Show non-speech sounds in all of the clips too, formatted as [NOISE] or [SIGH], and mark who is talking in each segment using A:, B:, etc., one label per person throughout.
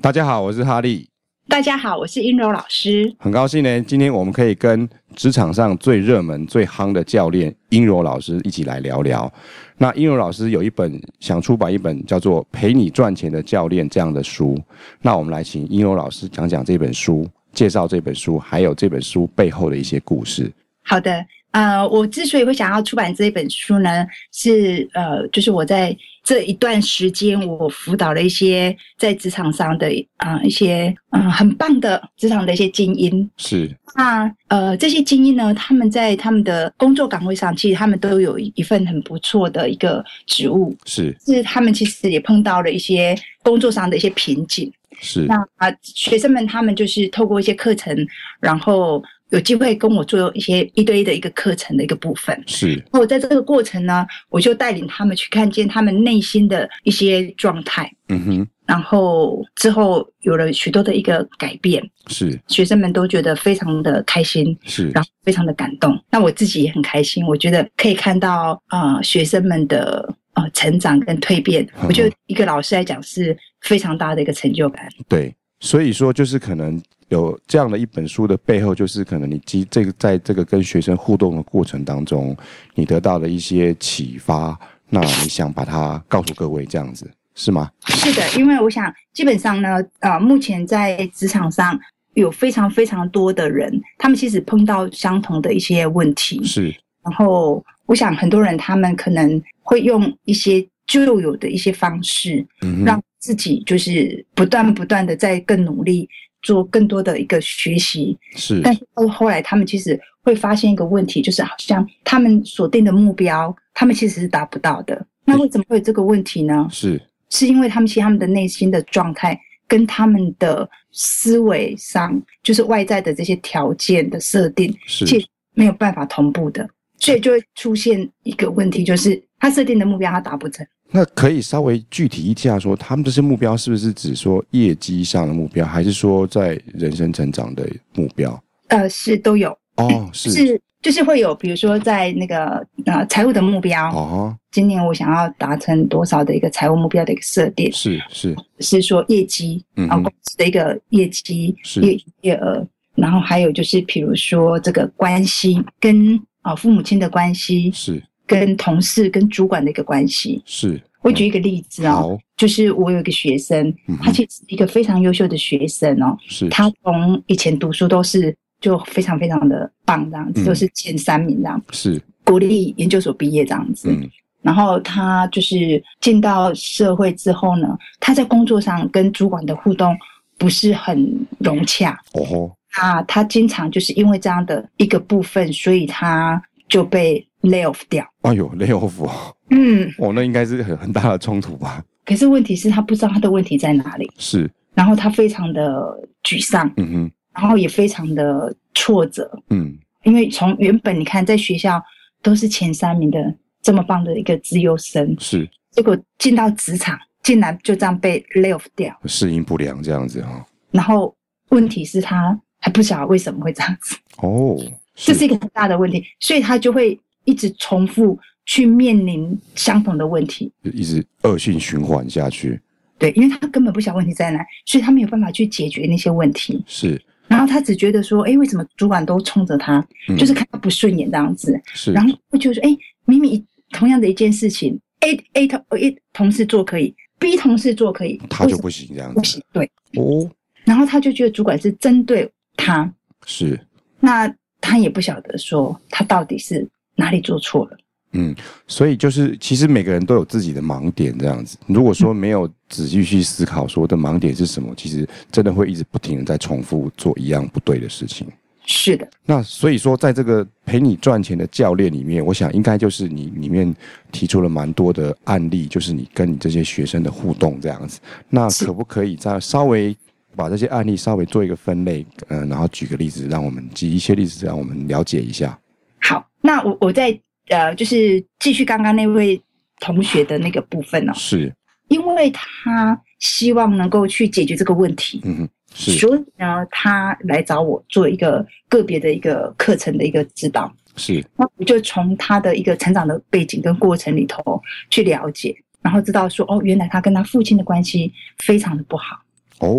A: 大家好，我是哈利，
B: 大家好，我是英柔老师。
A: 很高兴呢，今天我们可以跟职场上最热门、最夯的教练英柔老师一起来聊聊。那英柔老师有一本想出版一本叫做《陪你赚钱的教练》这样的书，那我们来请英柔老师讲讲这本书，介绍这本书，还有这本书背后的一些故事。
B: 好的，呃，我之所以会想要出版这一本书呢，是呃，就是我在这一段时间，我辅导了一些在职场上的啊、呃一些嗯、呃很棒的职场的一些精英。
A: 是
B: 那呃，这些精英呢，他们在他们的工作岗位上，其实他们都有一份很不错的一个职务，
A: 是
B: 是他们其实也碰到了一些工作上的一些瓶颈。
A: 是，
B: 那啊，学生们他们就是透过一些课程，然后有机会跟我做一些一对一的一个课程的一个部分。
A: 是
B: 那我在这个过程呢，我就带领他们去看见他们内心的一些状态，
A: 嗯哼，
B: 然后之后有了许多的一个改变，
A: 是
B: 学生们都觉得非常的开心，
A: 是
B: 然后非常的感动。那我自己也很开心，我觉得可以看到啊、呃学生们的呃成长跟蜕变，我觉得一个老师来讲是非常大的一个成就感。
A: 对，所以说就是可能有这样的一本书的背后，就是可能你基这个在这个跟学生互动的过程当中，你得到了一些启发，那你想把它告诉各位这样子是吗？
B: 是的，因为我想，基本上呢，呃，目前在职场上有非常非常多的人，他们其实碰到相同的一些问题，
A: 是
B: 然后我想很多人他们可能会用一些旧有的一些方式，
A: 嗯哼，
B: 让自己就是不断不断的在更努力，做更多的一个学习，
A: 是
B: 但是到后来他们其实会发现一个问题，就是好像他们锁定的目标，他们其实是达不到的。那为什么会有这个问题呢？
A: 是
B: 是因为他们其实他们的内心的状态跟他们的思维上，就是外在的这些条件的设定，其
A: 是
B: 实没有办法同步的，所以就会出现一个问题，就是他设定的目标他达不成。
A: 那可以稍微具体一下说，他们这些目标是不是指说业绩上的目标，还是说在人生成长的目标？
B: 呃，是都有，
A: 哦，是
B: 嗯是就是会有，比如说在那个呃财务的目标，
A: 哦，
B: 今年我想要达成多少的一个财务目标的一个设定，
A: 是是，
B: 是说业绩，
A: 嗯
B: 然后
A: 哼
B: 公司的一个业绩、
A: 是
B: 业业额，然后还有就是比如说这个关系跟啊、呃父母亲的关系，
A: 是
B: 跟同事跟主管的一个关系。
A: 是，
B: 我举一个例子哦，
A: 嗯好
B: 就是我有一个学生
A: 嗯哼，
B: 他其实是一个非常优秀的学生哦，
A: 是
B: 他从以前读书都是就非常非常的棒这样子，
A: 嗯
B: 都是前三名这样，
A: 是
B: 国立研究所毕业这样子。
A: 嗯
B: 然后他就是进到社会之后呢，他在工作上跟主管的互动不是很融洽
A: 哦吼
B: 啊，他经常就是因为这样的一个部分，所以他就被 lay off 掉。
A: 哎呦，lay off 哦，
B: 嗯，
A: 哦，那应该是很很大的冲突吧？
B: 可是问题是，他不知道他的问题在哪里，
A: 是，
B: 然后他非常的沮丧，
A: 嗯哼，
B: 然后也非常的挫折，
A: 嗯，
B: 因为从原本你看在学校都是前三名的这么棒的一个资优生，
A: 是
B: 结果进到职场竟然就这样被 lay off 掉。
A: 适应不良这样子哦哈、
B: 然后问题是他还不晓得为什么会这样子，
A: 哦。哦，
B: 这是一个很大的问题，所以他就会一直重复去面临相同的问题。
A: 一直恶性循环下去，
B: 对，因为他根本不晓得问题在哪，所以他没有办法去解决那些问题。
A: 是，
B: 然后他只觉得说，哎，为什么主管都冲着他，
A: 嗯
B: 就是看他不顺眼这样子，
A: 是，
B: 然后会觉得说，哎，明明同样的一件事情，A A 同 A 同事做可以，B 同事做可以，
A: 他就
B: 为什么
A: 不行这样
B: 不
A: 子，
B: 行。对，
A: 哦，
B: 然后他就觉得主管是针对他，
A: 是，
B: 那他也不晓得说他到底是哪里做错了。
A: 嗯，所以就是其实每个人都有自己的盲点这样子。如果说没有仔细去思考说的盲点是什么，其实真的会一直不停的在重复做一样不对的事情。
B: 是的，
A: 那所以说，在这个陪你赚钱的教练里面，我想应该就是你里面提出了蛮多的案例，就是你跟你这些学生的互动这样子。那
B: 是
A: 可不可以再稍微把这些案例稍微做一个分类，嗯、然后举个例子，让我们举一些例子，让我们了解一下。
B: 好，那我我再呃，就是继续刚刚那位同学的那个部分哦，
A: 是，
B: 因为他希望能够去解决这个问题，
A: 嗯哼，是
B: 所以呢，他来找我做一个个别的一个课程的一个指导。
A: 是，
B: 那我就从他的一个成长的背景跟过程里头去了解，然后知道说，哦，原来他跟他父亲的关系非常的不好。
A: 哦，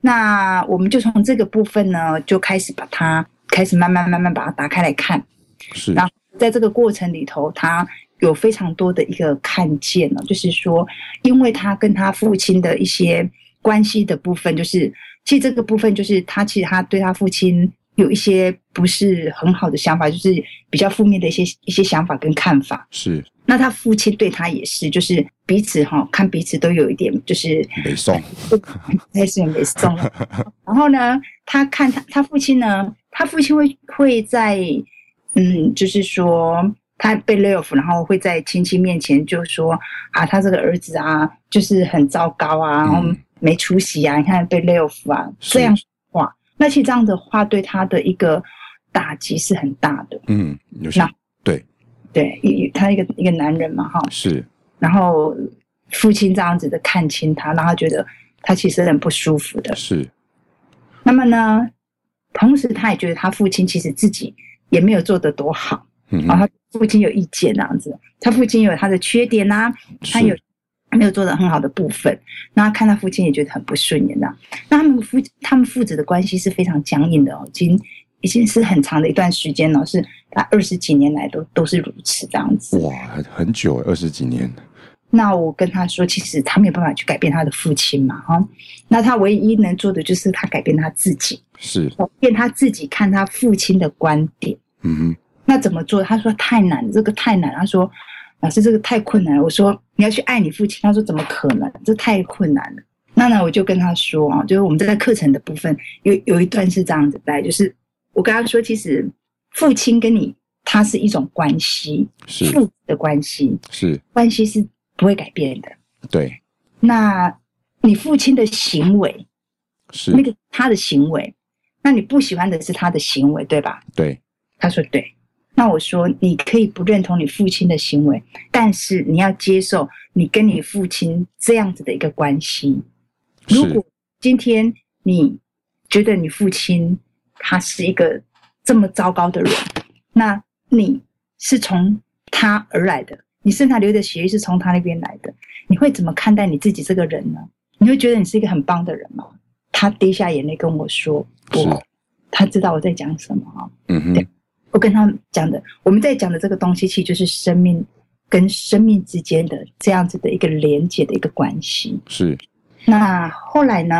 B: 那我们就从这个部分呢，就开始把它开始慢慢慢慢把它打开来看。
A: 是
B: 然后在这个过程里头，他有非常多的一个看见呢，就是说，因为他跟他父亲的一些关系的部分，就是其实这个部分就是他其实他对他父亲有一些不是很好的想法，就是比较负面的一些一些想法跟看法。
A: 是
B: 那他父亲对他也是，就是彼此哈、看彼此都有一点就是
A: 北宋，
B: 开始没送了。然后呢，他看他他父亲呢，他父亲会会在嗯，就是说他被 l a off，然后会在亲戚面前就说啊，他这个儿子啊，就是很糟糕啊，然后
A: 嗯
B: 没出息啊，你看被 l a off 啊，
A: 是
B: 这样说话，那其实这样的话对他的一个打击是很大的。
A: 嗯，有些
B: 那对，一他一个一个男人嘛，哈，
A: 是
B: 然后父亲这样子的看清他，让他觉得他其实很不舒服的。
A: 是
B: 那么呢，同时他也觉得他父亲其实自己也没有做得多好，
A: 嗯
B: 然
A: 哼
B: 后他父亲有意见那样子，他父亲有他的缺点呐、他
A: 是
B: 有没有做得很好的部分，那他看他父亲也觉得很不顺眼呐、啊那他们父他们父子的关系是非常僵硬的哦，已经已经是很长的一段时间了，是他二十几年来都都是如此这样子。
A: 哇，很很久二十几年，
B: 那我跟他说，其实他没有办法去改变他的父亲嘛，哈、哦，那他唯一能做的就是他改变他自己。
A: 是
B: 改变他自己看他父亲的观点。
A: 嗯哼，
B: 那怎么做？他说太难，这个太难。他说老师这个太困难了。我说你要去爱你父亲。他说怎么可能？这太困难了。那呢，我就跟他说啊，就是我们在课程的部分有有一段是这样子在，就是我跟他说，其实父亲跟你他是一种关系，
A: 是
B: 父子的关系，
A: 是，
B: 关系是不会改变的。
A: 对
B: 那你父亲的行为，
A: 是
B: 那个他的行为，那你不喜欢的是他的行为，对吧？
A: 对
B: 他说对。那我说你可以不认同你父亲的行为，但是你要接受你跟你父亲这样子的一个关系。如
A: 是
B: 果今天你觉得你父亲他是一个这么糟糕的人，那你是从他而来的，你身上流的血液是从他那边来的，你会怎么看待你自己这个人呢？你会觉得你是一个很棒的人吗？他滴下眼泪跟我说：“
A: 是
B: 我，他知道我在讲什么啊。”
A: 嗯哼
B: 我跟他们讲的，我们在讲的这个东西，其实就是生命跟生命之间的这样子的一个连接的一个关系。
A: 是
B: 那后来呢，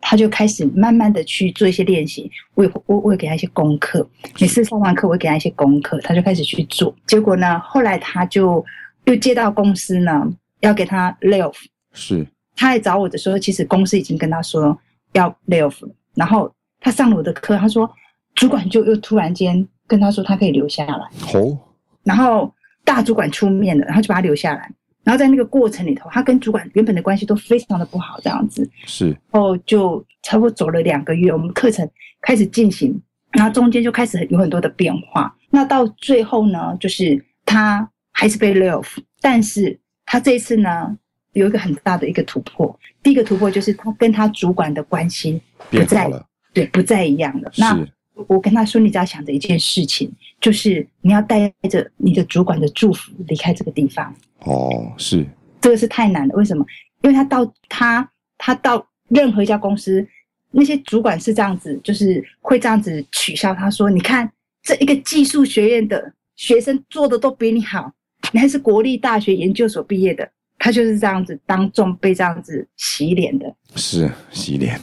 B: 他就开始慢慢的去做一些练习，我也我我也给他一些功课，每次上完课我会给他一些功课，他就开始去做。结果呢，后来他就又接到公司呢要给他 lay off，
A: 是
B: 他来找我的时候，其实公司已经跟他说要 lay off 了。然后他上了我的课，他说主管就又突然间跟他说他可以留下来，
A: 哦，
B: 然后大主管出面了，然后就把他留下来。然后在那个过程里头，他跟主管原本的关系都非常的不好，这样子，
A: 是
B: 然后就差不多走了两个月，我们课程开始进行，然后中间就开始有很多的变化。那到最后呢，就是他还是被 lay off，但是他这一次呢，有一个很大的一个突破。第一个突破就是他跟他主管的关系
A: 变
B: 不在
A: 好了，
B: 对不再一样了。那
A: 是
B: 我跟他说，你只要想着一件事情，就是你要带着你的主管的祝福离开这个地方。
A: 哦，是
B: 这个是太难了。为什么？因为他到他他到任何一家公司，那些主管是这样子，就是会这样子取笑他说：“你看这一个技术学院的学生做的都比你好，你还是国立大学研究所毕业的。”他就是这样子当众被这样子洗脸的，
A: 是洗脸，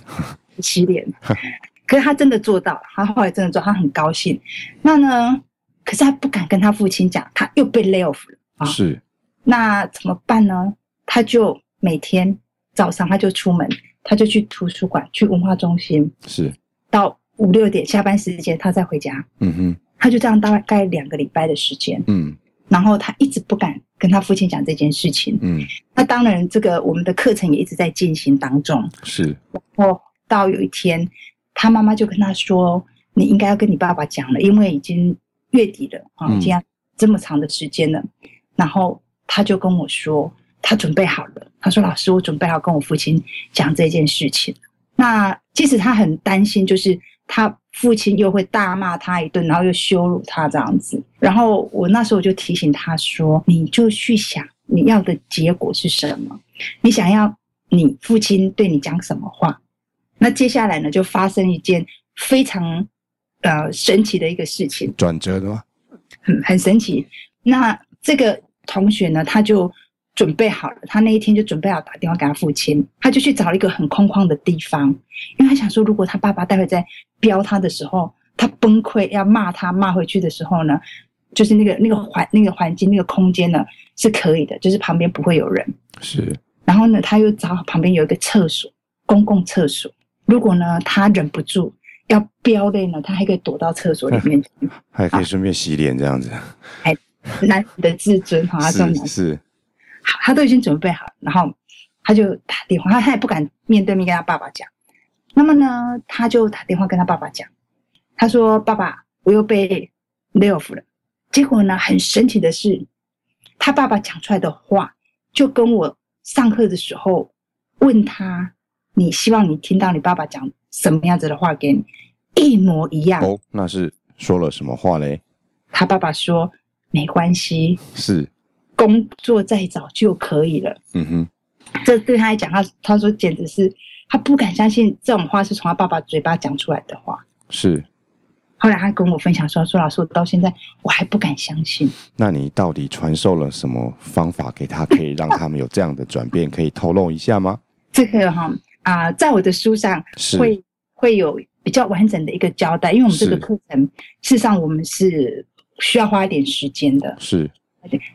B: 洗脸。 [LAUGHS] 可是他真的做到了，他后来真的做，他很高兴。那呢？可是他不敢跟他父亲讲，他又被 lay off 了啊。
A: 是
B: 那怎么办呢？他就每天早上他就出门，他就去图书馆、去文化中心，
A: 是，
B: 到五六点下班时间他再回家。
A: 嗯哼，
B: 他就这样大概两个礼拜的时间，
A: 嗯
B: 然后他一直不敢跟他父亲讲这件事情。
A: 嗯，
B: 那当然，这个我们的课程也一直在进行当中。
A: 是
B: 哦，到有一天，他妈妈就跟他说：“你应该要跟你爸爸讲了，因为已经月底了啊，
A: 嗯
B: 已经要这么长的时间了。然后他就跟我说，他准备好了。他说：“老师，我准备好跟我父亲讲这件事情。”那即使他很担心，就是他父亲又会大骂他一顿，然后又羞辱他这样子。然后我那时候就提醒他说：“你就去想你要的结果是什么，你想要你父亲对你讲什么话，那接下来呢，就发生一件非常呃神奇的一个事情，
A: 转折的吗？
B: 很很神奇。那这个同学呢，他就准备好了，他那一天就准备好打电话给他父亲，他就去找了一个很空旷的地方，因为他想说，如果他爸爸待会在飙他的时候，他崩溃要骂他骂回去的时候呢，就是那个那个环那个环境那个空间呢是可以的，就是旁边不会有人。
A: 是
B: 然后呢，他又找旁边有一个厕所，公共厕所。如果呢他忍不住要飙泪呢，他还可以躲到厕所里面去，
A: 还可以顺便洗脸这样子，
B: 啊男人的自尊哈，他这种男
A: 是是
B: 好他都已经准备好了，然后他就打电话，他他也不敢面对面跟他爸爸讲。那么呢，他就打电话跟他爸爸讲，他说：“爸爸，我又被 lay off 了。”结果呢，很神奇的是，他爸爸讲出来的话，就跟我上课的时候问他：“你希望你听到你爸爸讲什么样子的话给你？”一模一样。
A: 哦，那是说了什么话嘞？
B: 他爸爸说：“没关系，
A: 是，
B: 工作再找就可以了。”
A: 嗯哼，
B: 这对他来讲，他他说简直是他不敢相信这种话是从他爸爸嘴巴讲出来的话。
A: 是。
B: 后来他跟我分享说：“说老师，我到现在我还不敢相信。
A: 那你到底传授了什么方法给他，可以让他们有这样的转变？可以透露一下吗？”
B: 这个哈啊、在我的书上
A: 是
B: 会会有比较完整的一个交代，因为我们这个
A: 是
B: 课程事实上我们是需要花一点时间的。
A: 是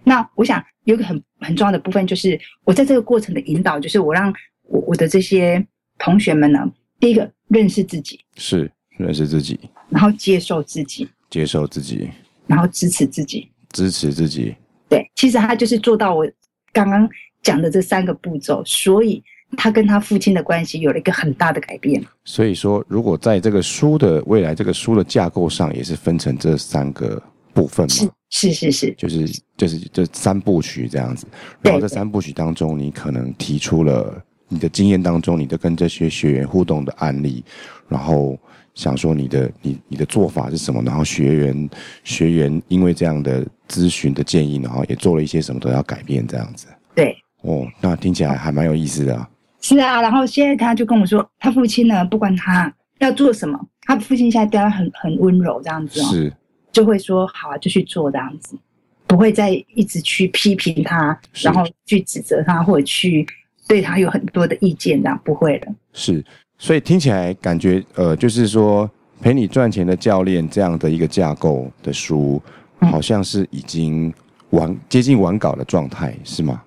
B: 那我想有一个很很重要的部分，就是我在这个过程的引导，就是我让我我的这些同学们呢，第一个认识自己，
A: 是，认识自己，
B: 然后接受自己，
A: 接受自己，
B: 然后支持自己。
A: 支持自己，
B: 对，其实他就是做到我刚刚讲的这三个步骤，所以他跟他父亲的关系有了一个很大的改变。
A: 所以说，如果在这个书的未来这个书的架构上，也是分成这三个部分嘛，
B: 是是是，
A: 就是就是这三部曲这样子。然后这三部曲当中，你可能提出了你的经验当中，你的跟这些学员互动的案例，然后想说你的你你的做法是什么，然后学员学员因为这样的咨询的建议，然后也做了一些什么都要改变这样子。
B: 对，
A: 哦，那听起来还蛮有意思的、啊。
B: 是啊。然后现在他就跟我说，他父亲呢，不管他要做什么，他父亲现在对他很很温柔，这样子哦，
A: 是
B: 就会说好啊，就去做这样子，不会再一直去批评他，
A: 是
B: 然后去指责他，或者去对他有很多的意见，这样不会了。
A: 是，所以听起来感觉呃，就是说陪你赚钱的教练这样的一个架构的书，
B: 嗯
A: 好像是已经完接近完稿的状态，是吗？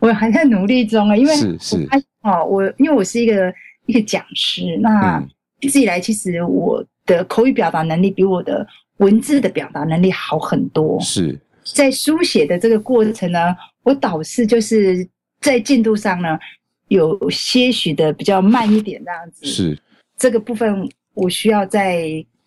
B: 我还在努力中啊，因为
A: 是是
B: 我发现哦，我因为我是一个一个讲师，那
A: 嗯
B: 一直以来其实我的口语表达能力比我的文字的表达能力好很多，
A: 是
B: 在书写的这个过程呢，我导师就是在进度上呢有些许的比较慢一点这样子，
A: 是
B: 这个部分我需要再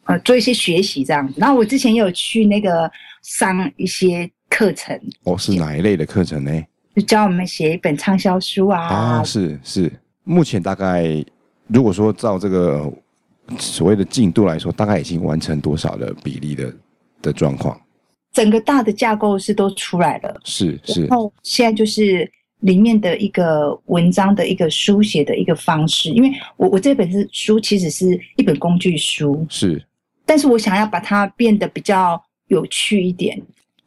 B: 呃做一些学习这样子。然后我之前也有去那个上一些课程，
A: 哦，是哪一类的课程呢？
B: 就教我们写一本畅销书
A: 啊，是是，目前大概如果说照这个呃所谓的进度来说，大概已经完成多少的比例的的状况？
B: 整个大的架构是都出来了，
A: 是是
B: 然后现在就是里面的一个文章的一个书写的一个方式，因为我我这本是书其实是一本工具书，
A: 是，
B: 但是我想要把它变得比较有趣一点，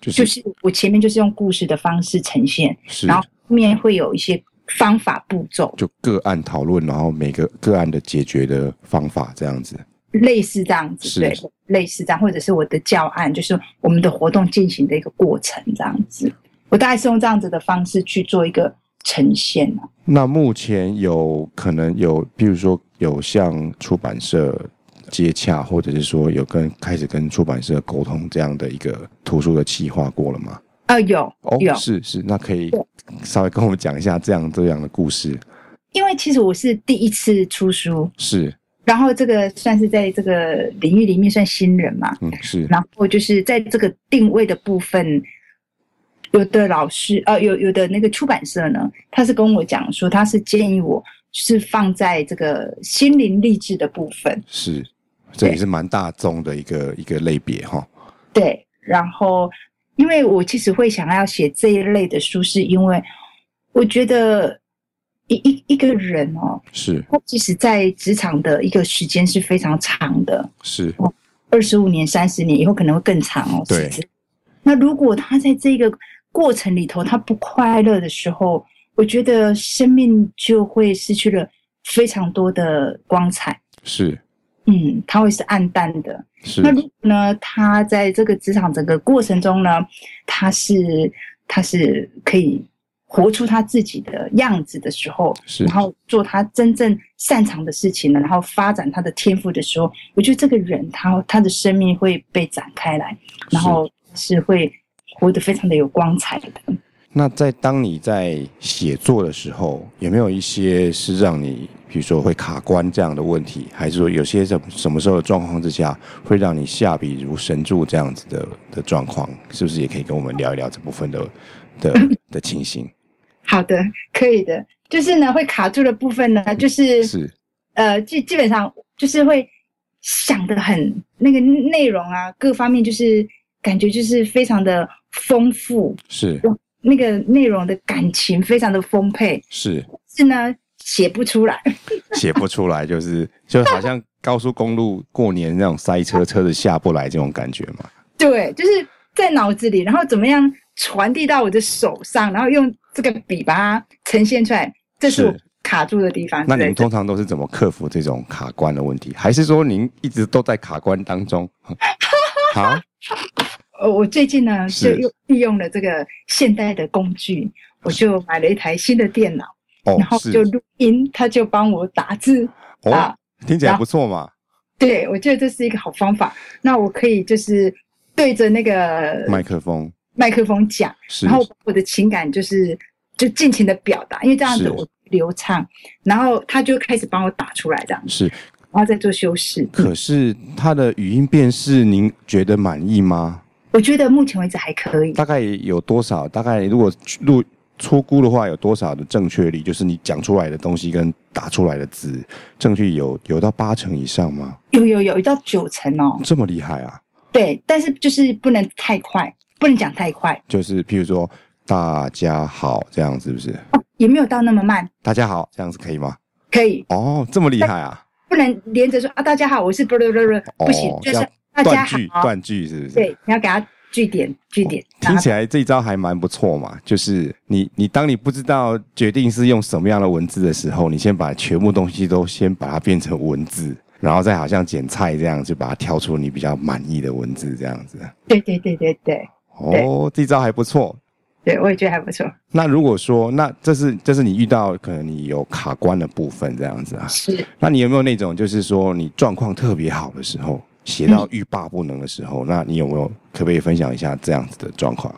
A: 就是
B: 就是我前面就是用故事的方式呈现，
A: 是
B: 然后后面会有一些方法步骤，
A: 就个案讨论，然后每个个案的解决的方法这样子。
B: 类似这样
A: 是
B: 子，对，类似这样，或者是我的教案，就是我们的活动进行的一个过程，这样子。我大概是用这样子的方式去做一个呈现啊
A: 那目前有可能有，比如说有向出版社接洽，或者是说有跟开始跟出版社沟通这样的一个图书的企划过了吗？
B: 呃，有
A: 哦
B: 有，
A: 是是，那可以
B: 对
A: 稍微跟我们讲一下这样这样的故事。
B: 因为其实我是第一次出书，
A: 是，
B: 然后这个算是在这个领域里面算新人嘛，
A: 嗯，是
B: 然后就是在这个定位的部分，有的老师呃，有有的那个出版社呢，他是跟我讲说，他是建议我是放在这个心灵励志的部分，
A: 是，这也
B: 对
A: 是蛮大众的一个一个类别哈。
B: 对，然后因为我其实会想要写这一类的书，是因为我觉得一一一个人哦，
A: 是
B: 他即使在职场的一个时间是非常长的，
A: 是，
B: 二十五年、三十年，以后可能会更长哦。
A: 对
B: 甚至。那如果他在这个过程里头他不快乐的时候，我觉得生命就会失去了非常多的光彩。
A: 是
B: 嗯，它会是暗淡的。
A: 是
B: 那如果呢，他在这个职场整个过程中呢，他是他是可以活出他自己的样子的时候，
A: 是
B: 然后做他真正擅长的事情呢，然后发展他的天赋的时候，我觉得这个人他他的生命会被展开来，然后是会活得非常的有光彩的。
A: 那在当你在写作的时候，有没有一些是让你，比如说会卡关这样的问题，还是说有些什什么时候的状况之下会让你下笔如神助这样子的的状况？是不是也可以跟我们聊一聊这部分的的
B: [LAUGHS]
A: 的情形？
B: 好的，可以的。就是呢，会卡住的部分呢，就是
A: 是
B: 呃，基基本上就是会想的很那个内容啊，各方面就是感觉就是非常的丰富，
A: 是
B: 那个内容的感情非常的丰沛，
A: 是，
B: 是呢写不出来。
A: 写不出来，就是就好像高速公路过年那种塞车，车子下不来这种感觉嘛。
B: 对，就是在脑子里，然后怎么样传递到我的手上，然后用这个笔把它呈现出来，这是
A: 是
B: 我卡住的地方。
A: 那你们
B: 啊对
A: 通常都是怎么克服这种卡关的问题？还是说您一直都在卡关当中？ [LAUGHS]
B: [LAUGHS]
A: 好，
B: 呃，我最近呢就是又利用了这个现代的工具，我就买了一台新的电脑。
A: 哦
B: 然后，
A: 是
B: 就录音，他就帮我打字
A: 哦
B: 啊，。
A: 听起来不错嘛，
B: 对，我觉得这是一个好方法。那我可以就是对着那个
A: 麦克风
B: 麦克风讲，
A: 是
B: 呃然后把我的情感就是就尽情的表达，因为这样
A: 是
B: 子我流畅。然后他就开始帮我打出来这样，
A: 是，
B: 然后再做修饰。嗯
A: 可是它的语音辨识，您觉得满意吗？
B: 我觉得目前为止还可以。
A: 大概有多少？大概如果录出估的话，有多少的正确率？就是你讲出来的东西跟打出来的字，正确有有到八成以上吗？
B: 有有有，有到九成哦。
A: 这么厉害啊！
B: 对，但是就是不能太快，不能讲太快，
A: 就是譬如说大家好这样，是不是？
B: 哦也没有到那么慢，
A: 大家好这样子可以吗？
B: 可以。
A: 哦，这么厉害啊！
B: 不能连着说啊，大家好，我是不不不
A: 哦
B: 不行，就是大家
A: 断
B: 好
A: 句，断句是不是？
B: 对，你要给他据点据点，
A: 听
B: 然后
A: 起来这一招还蛮不错嘛，就是你你当你不知道决定是用什么样的文字的时候，你先把全部东西都先把它变成文字，然后再好像剪菜这样，就把它挑出你比较满意的文字这样子。
B: 对对对对对
A: 哦，这招还不错。
B: 对，我也觉得还不错，
A: 那如果说，那这是这是你遇到可能你有卡关的部分这样子啊？
B: 是
A: 那你有没有那种就是说你状况特别好的时候，写到欲罢不能的时候，那你有没有可不可以分享一下这样子的状况？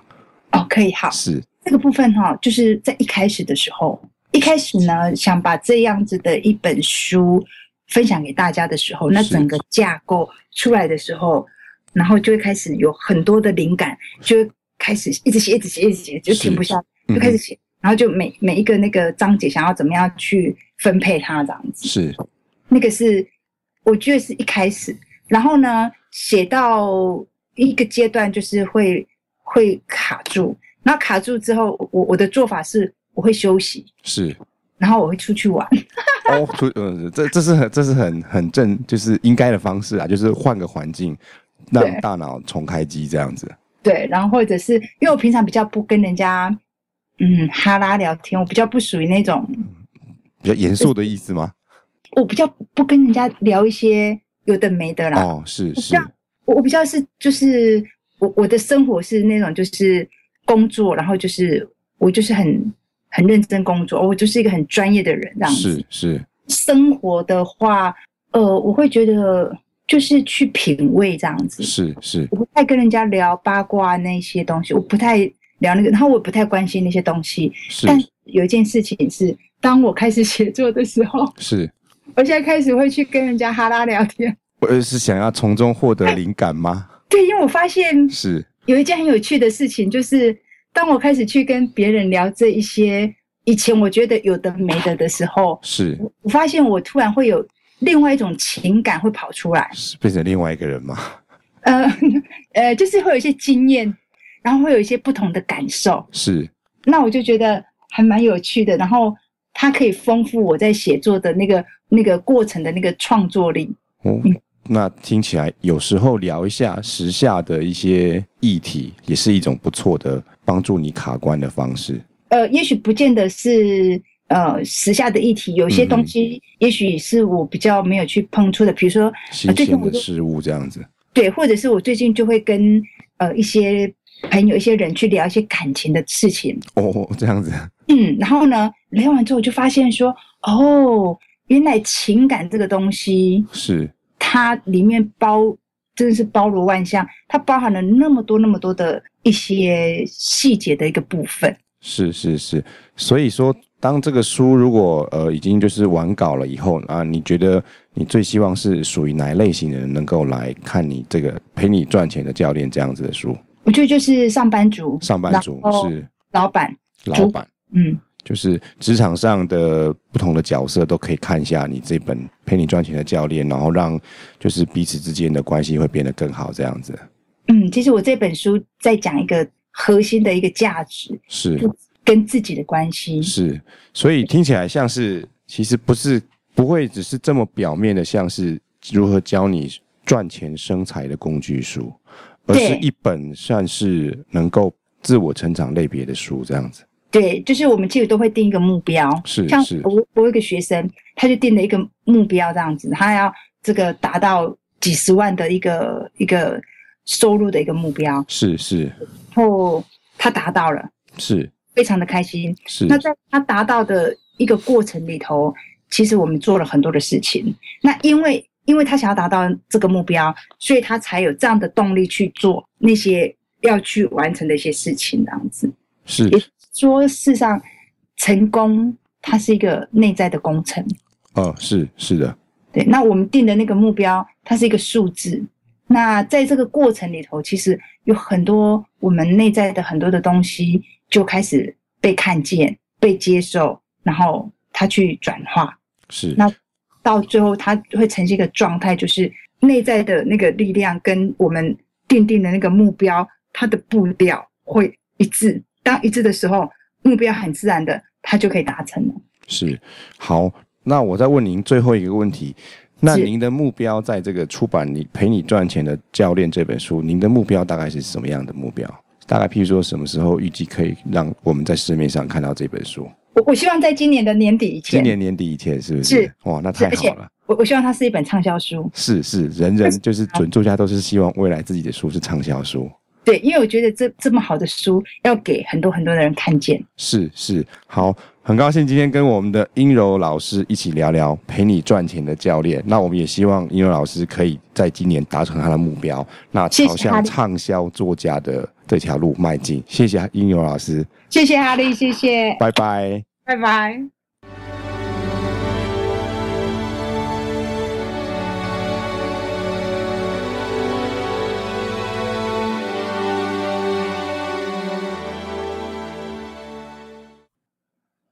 B: 哦，可以好，
A: 是
B: 这个部分哈、就是在一开始的时候，一开始呢，想把这样子的一本书分享给大家的时候，那
A: 是
B: 整个架构出来的时候，然后就会开始有很多的灵感，就会开始一直写，一直写，一直写，就是停不下来，
A: 嗯
B: 就开始写，然后就每每一个那个章节想要怎么样去分配它这样子，
A: 是
B: 那个是我觉得是一开始，然后呢，写到一个阶段就是会会卡住，然后卡住之后，我我的做法是我会休息，
A: 是。
B: 然后我会出去玩， [LAUGHS]
A: 哦，出呃，这这是很这是很很正，就是应该的方式啊，就是换个环境，让
B: 对
A: 大脑重开机这样子。
B: 对，然后或者是因为我平常比较不跟人家嗯哈拉聊天，我比较不属于那种，
A: 比较严肃的意思吗？
B: 我比较不跟人家聊一些有的没的啦，
A: 哦，是是
B: 我比较我我比较是就是我我的生活是那种就是工作，然后就是我就是很很认真工作，我就是一个很专业的人这样子。
A: 是是
B: 生活的话，呃，我会觉得就是去品味这样子，
A: 是是
B: 我不太跟人家聊八卦那些东西，我不太聊那个，然后我也不太关心那些东西。
A: 是
B: 但有一件事情是，当我开始写作的时候，
A: 是，
B: 我现在开始会去跟人家哈拉聊天。
A: 我呃是想要从中获得灵感吗？
B: 对，因为我发现
A: 是
B: 有一件很有趣的事情，就是当我开始去跟别人聊这一些以前我觉得有的没的的时候，
A: 是
B: 我我发现我突然会有另外一种情感会跑出来，
A: 是，变成另外一个人嘛？
B: 呃 [LAUGHS] 呃，就是会有一些经验，然后会有一些不同的感受，
A: 是
B: 那我就觉得还蛮有趣的。然后它可以丰富我在写作的那个那个过程的那个创作力。
A: 哦，
B: 嗯
A: 那听起来有时候聊一下时下的一些议题，也是一种不错的帮助你卡关的方式。
B: 呃，也许不见得是呃时下的议题，有些东西也许是我比较没有去碰触的，比如说
A: 新鲜的事物这样子，
B: 对，或者是我最近就会跟呃一些朋友、一些人去聊一些感情的事情，
A: 哦，这样子，
B: 嗯，然后呢，聊完之后就发现说，哦，原来情感这个东西，
A: 是
B: 它里面包真的是包罗万象，它包含了那么多那么多的一些细节的一个部分。
A: 是是是，所以说，当这个书如果呃已经就是完稿了以后啊，你觉得你最希望是属于哪一类型的人能够来看你这个陪你赚钱的教练这样子的书？
B: 我觉得就是上班族、
A: 上班族
B: 然后
A: 是
B: 老板，
A: 老板，
B: 嗯，
A: 就是职场上的不同的角色都可以看一下你这本陪你赚钱的教练，然后让就是彼此之间的关系会变得更好，这样子
B: 嗯，其实我这本书在讲一个核心的一个价值，
A: 是
B: 跟自己的关系。
A: 是，所以听起来像是其实不是不会只是这么表面的，像是如何教你赚钱生财的工具书，而是
B: 对
A: 一本算是能够自我成长类别的书，这样子
B: 对，就是我们其实都会定一个目标，
A: 是
B: 像
A: 是
B: 我我有一个学生，他就定了一个目标这样子，他要这个达到几十万的一个一个收入的一个目标，
A: 是是
B: 然后他达到了，
A: 是
B: 非常的开心。
A: 是
B: 那在他达到的一个过程里头，其实我们做了很多的事情。那因为因为他想要达到这个目标，所以他才有这样的动力去做那些要去完成的一些事情，这样子。
A: 是
B: 也说，事实上，成功它是一个内在的工程。
A: 哦是是的
B: 对，那我们定的那个目标，它是一个数字。那在这个过程里头，其实有很多我们内在的很多的东西就开始被看见、被接受，然后它去转化，
A: 是
B: 那到最后它会呈现一个状态，就是内在的那个力量跟我们定定的那个目标，它的步调会一致。当一致的时候，目标很自然的，它就可以达成了。
A: 是，好，那我再问您最后一个问题。那
B: 是
A: 您的目标在这个出版《你陪你赚钱的教练》这本书，您的目标大概是什么样的目标？大概譬如说什么时候预计可以让我们在市面上看到这本书？
B: 我我希望在今年的年底以前，
A: 今年年底以前是不是？
B: 是
A: 哇，那
B: 是
A: 太
B: 而且
A: 好了！
B: 我我希望它是一本畅销书，
A: 是是，人人就是准作家都是希望未来自己的书是畅销书。
B: 对，因为我觉得这这么好的书要给很多很多的人看见。
A: 是是，好，很高兴今天跟我们的英柔老师一起聊聊陪你赚钱的教练。那我们也希望英柔老师可以在今年达成他的目标，那
B: 谢谢
A: 朝向
B: 哈利
A: 畅销作家的这条路迈进。谢谢英柔老师，
B: 谢谢哈利，谢谢，
A: 拜拜。
B: 拜拜。